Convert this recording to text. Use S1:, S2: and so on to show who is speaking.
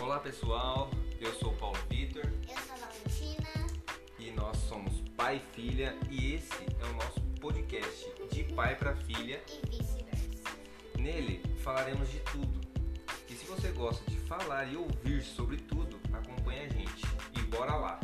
S1: Olá pessoal, eu sou o Paulo Vitor
S2: Eu sou a Valentina.
S1: e nós somos pai e filha e esse é o nosso podcast de pai para filha.
S2: E vice-versa.
S1: Nele falaremos de tudo. E se você gosta de falar e ouvir sobre tudo, acompanha a gente e bora lá.